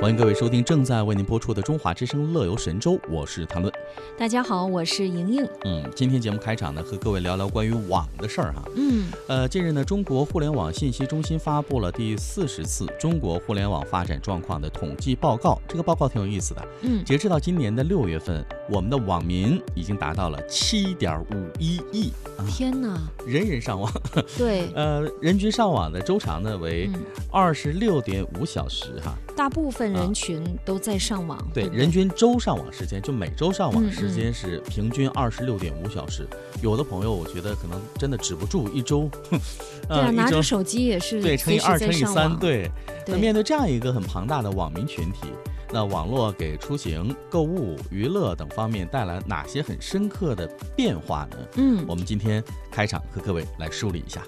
欢迎各位收听正在为您播出的《中华之声·乐游神州》，我是谭论。大家好，我是莹莹。嗯，今天节目开场呢，和各位聊聊关于网的事儿哈。嗯，呃，近日呢，中国互联网信息中心发布了第四十次中国互联网发展状况的统计报告，这个报告挺有意思的。嗯截至到今年的六月份，我们的网民已经达到了七点五一亿，天哪，人人上网。对，呃，人均上网的周长呢为嗯，二十六点五小时哈。大部分啊人群都在上网，对，不人均周上网时间，就每周上嗯网时间是平均二十六点五小时。有的朋友，我觉得可能真的止不住一周，对啊，呃，拿一着周手机也是对乘以随时二在乘以上三，网，对。那对面对这样一个很庞大的网民群体，那网络给出行、购物、娱乐等方面带来哪些很深刻的变化呢？嗯我，们今天开场和各位来梳理一下。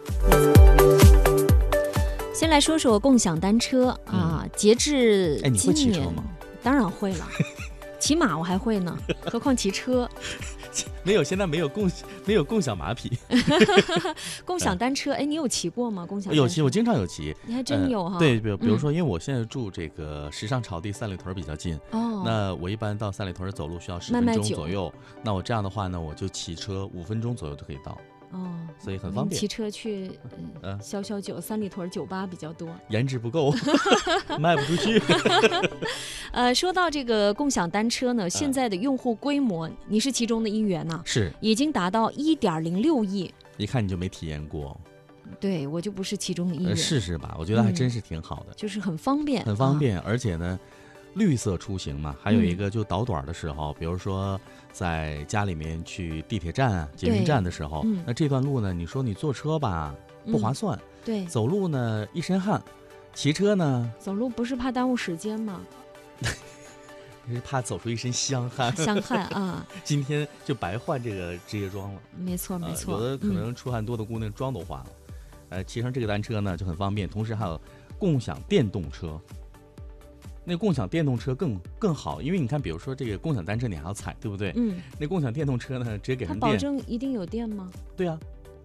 先来说说共享单车啊，截至嗯哎，你会今骑车年吗？？当然会 了，骑马我还会呢，何况骑车。没有，现在没有共没有共享马匹，共享单车，哎，你有骑过吗？共享嗯有单车骑，我，经常有骑。你还呃真有哈。对，比如比如嗯说，因为我现在住这个时尚潮地三里屯儿比较近，哦，那我一般到三里屯儿走路需要十慢分慢钟久左右。那我这样的话呢，我就骑车五分钟左右就可以到，哦，所以很我方们便骑。车去嗯嗯消消酒，三里屯酒吧比较多。颜值不 够，卖不出去。 呃，说到这个共享单车呢，嗯现在的用户规模，你是其中的一员呐、是已经达到一点零六亿。一看你就没体验过，对我就不是其中的一员，呃，试试吧，我觉得还真是挺好的，就是很方便，很方嗯啊。便，而且呢。绿色出行嘛，还有一嗯个就倒短儿的时候，比如说在家里面去地铁站啊、捷运对站的时候，嗯那这段路呢，你说你坐车吧不划嗯算，对，走路呢一身汗，骑车呢走路不是怕耽误时 间吗？。是怕走出一身香汗香汗啊，今天就白换这个职业装了，没错没呃错。有的可嗯能出汗多的姑娘妆都花了。呃，骑上这个单车呢就很方便，同时还有共享电动车。那共享电动车更更好，因为你看，比如说这个共享单车你还要踩，对不对？嗯，那共享电动车呢，直接给它人保电，证一定有电吗？对啊，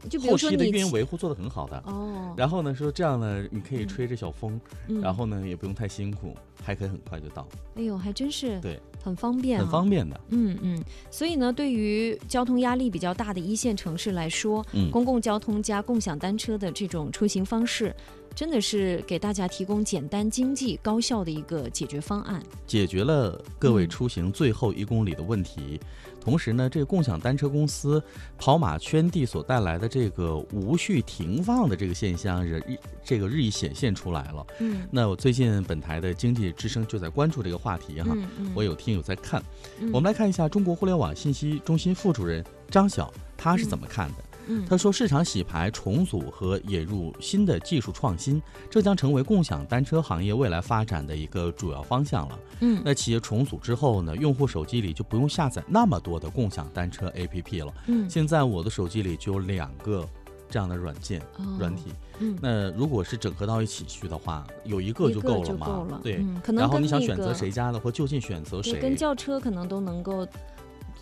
就比后如说期的你运营骑维护做得很好的。哦，然后呢，说这样呢，你可以嗯吹着小风，嗯然后呢也不用太辛苦，还可以很快就到，哎呦，还真是对很方便、啊，很方便的。嗯嗯，所以呢，对于交通压力比较大的一线城市来说，嗯公共交通加共享单车的这种出行方式，真的是给大家提供简单、经济、高效的一个解决方案。解决了各位嗯出行最后一公里的问题，同时呢，这个共享单车公司跑马圈地所带来的这个无序停放的这个现象，日益这个日益显现出来了。嗯那我最近本台的经济之声就在关注这个话题哈，嗯嗯，我有听友在看，嗯我们来看一下中国互联网信息中心副主任张晓他是怎么看的。嗯他说，市场洗牌、重组和引入新的技术创新，这将成为共享单车行业未来发展的一个主要方向了。嗯那企业重组之后呢，用户手机里就不用下载那么多的共享单车 APP 了。嗯现在我的手机里就有两个这样的软件、哦软体。嗯。那如果是整合到一起去的话，有一个一就个够了就嘛？够了对。嗯可能然后跟你想那选择个谁家的，或就近选择对，谁？跟轿车可能都能够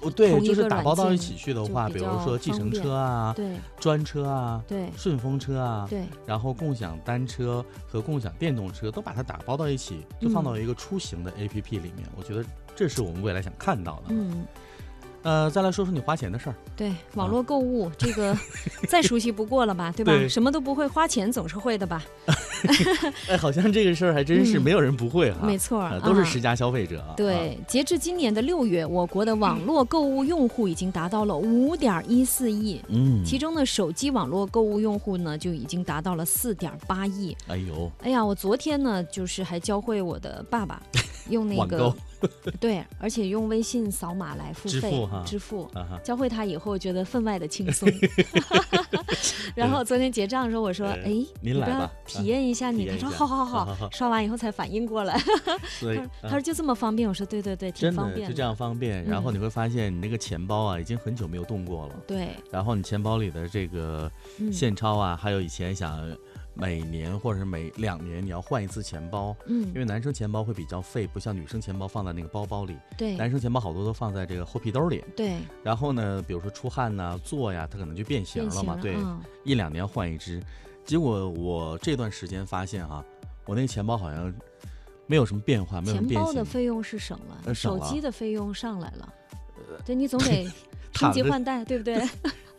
哦对，同一就是个打软包到一件起去的就话，比比如较说计方程便车啊、对专车啊、对顺风车啊，对，然后共享单车和共享电动车都把它打包到一起，就放嗯到一个出行的 APP 里面。我觉得这是我们未来想看到的。嗯呃，再来说说你花钱的事儿，对，网啊络购物、这 个再熟悉不过了吧，对吧？对什么都不会，花钱总是会的吧？ 哎，好像这个事儿还真是嗯没有人不会哈，没错儿，呃都是啊十佳消费者。啊，对，截至今年的六月，我国的网络购物用户已经达到了五点一四亿，嗯，其中呢，手机网络购物用户呢就已经达到了四点八亿。哎呦，哎呀，我昨天呢，就是还教会我的 爸爸用那网个购 对，而且用微信扫码来付支费付哈支付啊哈，教会他以后，觉得分外的轻 松。 然后昨天结账的时候，我说：“呃哎，您你来不要吧啊体验一下你。”体他验一说：“下好好啊好好 好。”刷完以后才反应过来，所以他说：“他啊说就这么方便。”我说：“对对对，挺真方的便。”就这样方便。然后嗯你会发现，你那个钱包啊，已经很久没有动过了。对，然后你钱包里的这个嗯现钞啊，还有以前想每年或者是每两年你要换一次钱包，因嗯，为男生钱包会比较费，不像女生钱包放在那个包包里，对男生钱包好多都放在这个后皮兜里。对，然后呢，比如说出汗呐、坐呀，它可能就变形变了形嘛，对，嗯一两年换一只。结果我这段时间发现啊，我那个钱包好像没有什么变化，没有什钱么变包的形。费用是省了，呃省手了呃机的费用上来了，对你 总得升躺级着换代，对不对？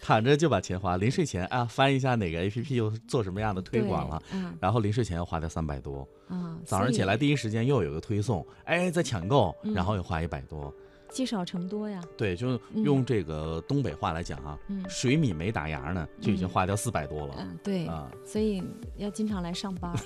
躺着就把钱花，临睡前啊翻一下哪个 APP 又 做什么样的 推对，广了，嗯然后临睡前又花掉三百多，啊，早上起所以来第一时间又有一个推送，哎，再抢购，嗯然后又花一百多。积少成多呀，对，就嗯用这个东北话来讲啊，嗯水米没打牙呢，就已经嗯花掉四百多了。嗯，对，啊，所以要经常来上班儿，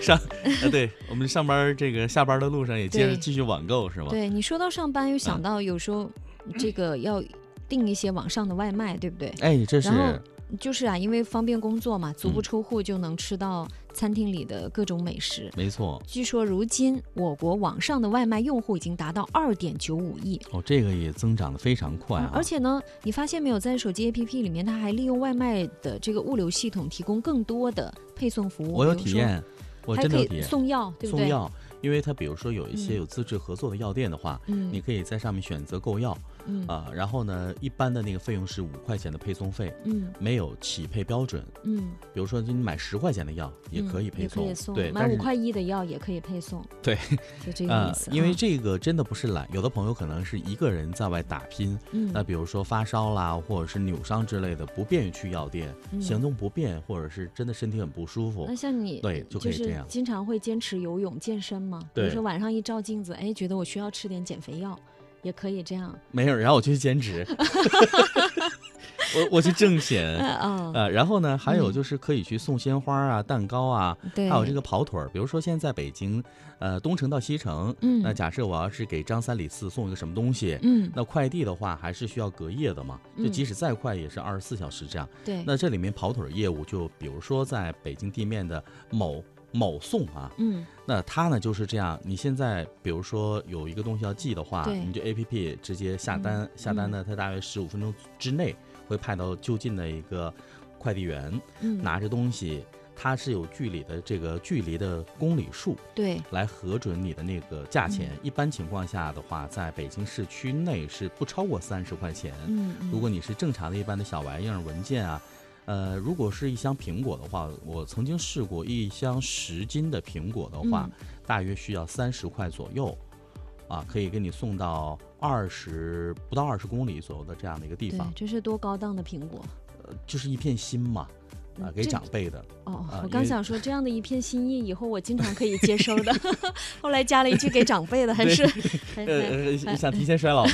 上啊，对我们上班儿这个下班儿的路上也接着对继续网购是吗？对你说到上班，又嗯想到有时候这个要订一些网上的外卖，对不对？哎，这是然后就是啊，因为方便工作嘛，嗯足不出户就能吃到餐厅里的各种美食。没错据说，如今我国网上的外卖用户已经达到二点九五亿，哦，这个也增长的非常快啊，嗯而且呢，你发现没有，在手机 APP 里面，它还利用外卖的这个物流系统提供更多的配送服务。我有比如体说，验，我还真的可有体以验，送药，对不送对？药，因为它比如说有一些嗯有资质合作的药店的话，嗯，你可以在上面选择购药嗯啊、然后呢，一般的那个费用是五块钱的配送费，嗯没有起配标准，嗯，比如说你买十块钱的药也可以嗯配送，对，买但五是。块一的药也可以配送，对，就这个呃意思。，因为啊这个真的不是懒，有的朋友可能是一个人在外打拼，那嗯比如说发烧啦，或者是扭伤之类的，不便于去药店，嗯哎行动不便，或者是真的身体很不舒服那，像你对就可以这是样经常会坚持游泳健身吗？比对如说晚上一照镜子，哎，觉得我需要吃点减肥药，也可以这样。没有，然后我就去兼 职，我我去挣啊钱。啊，呃，然后呢，还有就是可以去送鲜花啊、蛋糕啊，对，还有这个跑腿儿。比如说现在北京，呃，东城到西城，嗯那假设我要是给张三李四送一个什么东西，嗯，那快递的话还是需要隔夜的嘛，就嗯即使再快也是二十四小时这样。对，那这里面跑腿儿业务，就比如说在北京地面的某某送啊，嗯那它呢就是这样，你现在比如说有一个东西要寄的话，对嗯你就 A P P 直接下单，下单呢它大约十五分钟之内会派到就近的一个快递员，嗯，拿着东西。它是有距离的，这个距离的公里数对来核准你的那个价钱。嗯一般情况下的话，在北京市区内是不超过三十块钱。嗯，嗯如果你是正常的一般的小玩意儿文件啊，呃，如果是一箱苹果的话，我曾经试过一箱十斤的苹果的话，嗯大约需要三十块左右，啊，可以给你送到二十不到二十公里左右的这样的一个地对方，，这是多高档的苹果就是一片心嘛，啊，嗯给这长辈的，哦啊！我因为刚想说这样的一片心意，以后我经常可以接收 的。后来加了一句给长辈的，还是还呃还呃， 你想提前衰老吗？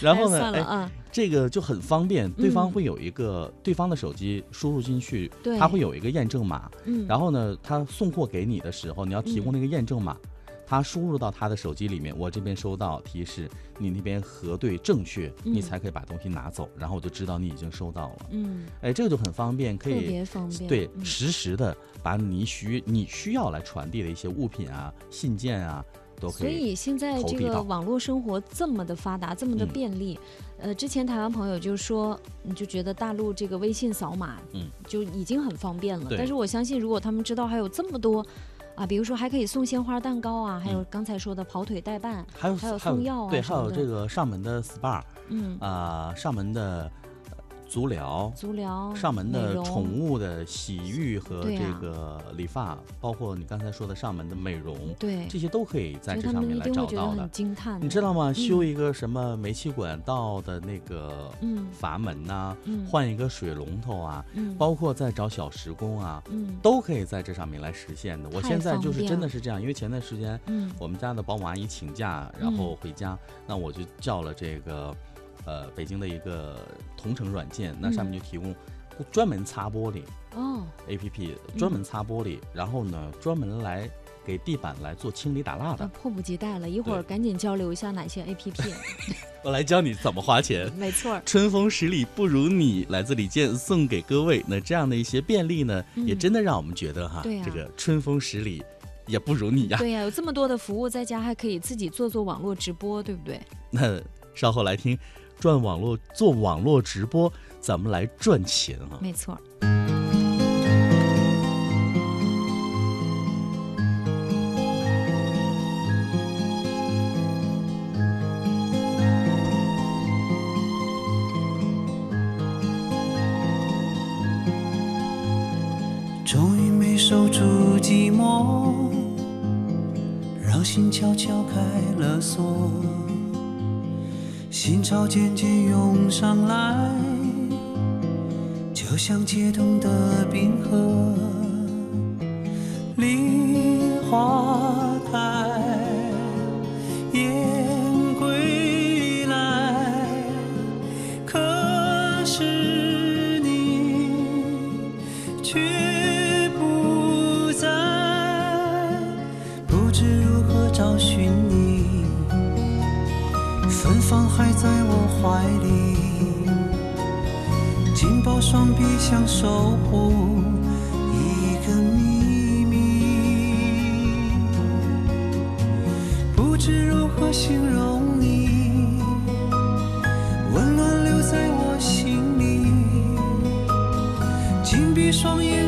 然后还是呢，算了哎，啊，这个就很方便，对方嗯会有一个对方的手机输入进去，对它会有一个验证码，嗯，然后呢，他送货给你的时候，你要提供那个验证码，他输入到他的手机里面，我这边收到提示，你那边核对正确，你嗯才可以把东西拿走，然后我就知道你已经收到了。嗯，哎，这个就很方便，可特以别方便，对嗯实时的把你需你需要来传递的一些物品啊、信件啊，都可所以。以现在投这递到个网络生活这么的发达，这么的嗯便利，呃，之前台湾朋友就说，你就觉得大陆这个微信扫码，嗯，就已经很方便了。对但是我相信，如果他们知道还有这么多，啊，比如说还可以送鲜花蛋糕啊，还嗯有刚才说的跑腿代办，还有还有送药啊对，什还么有的这个上门的 SPA 嗯，啊、上门的呃足疗，足疗、上门嗯美的容宠物的洗浴和对这啊个理发，包括你刚才说的上门的美容，对，这些都可以在所以这他上们面一来定会找觉得到的很。嗯惊叹的。你知道吗？修一个什么煤气管道的那个嗯阀门呐、嗯换一个水龙头啊，嗯包括再找小时工啊，嗯都可以在这上面来实现的。我太现在就是方真的便是这样，因为前段时间嗯我们家的保姆阿姨请假，然后回家，那我就叫了这个，呃，北京的一个同城软件，那嗯上面就提供专门擦玻璃哦 APP，专门擦玻璃，然后呢，专门来给地板来做清理打蜡啊的。迫不及待了，一会儿对赶紧交流一下哪些 A P P。嗯我来教你怎么花钱。没错儿，春风十里不如你，来自李健送给各位。那这样的一些便利呢，嗯也真的让我们觉得哈，对呀啊这个春风十里也不如 你呀、对呀、有这么多的服务，在家还可以自己做做网络直播，对不对？那稍后来听，赚网络做网络直播，咱们来赚钱啊！没错儿。终于没守住寂寞，心悄悄开了锁，心潮渐渐涌上来，就像解冻的冰河，梨花开，燕归来，可是你却不在，不知如何找寻你，芬芳还在我怀里，紧抱双臂想守护一个秘密，不知如何形容你，温暖留在我心里。紧闭双眼，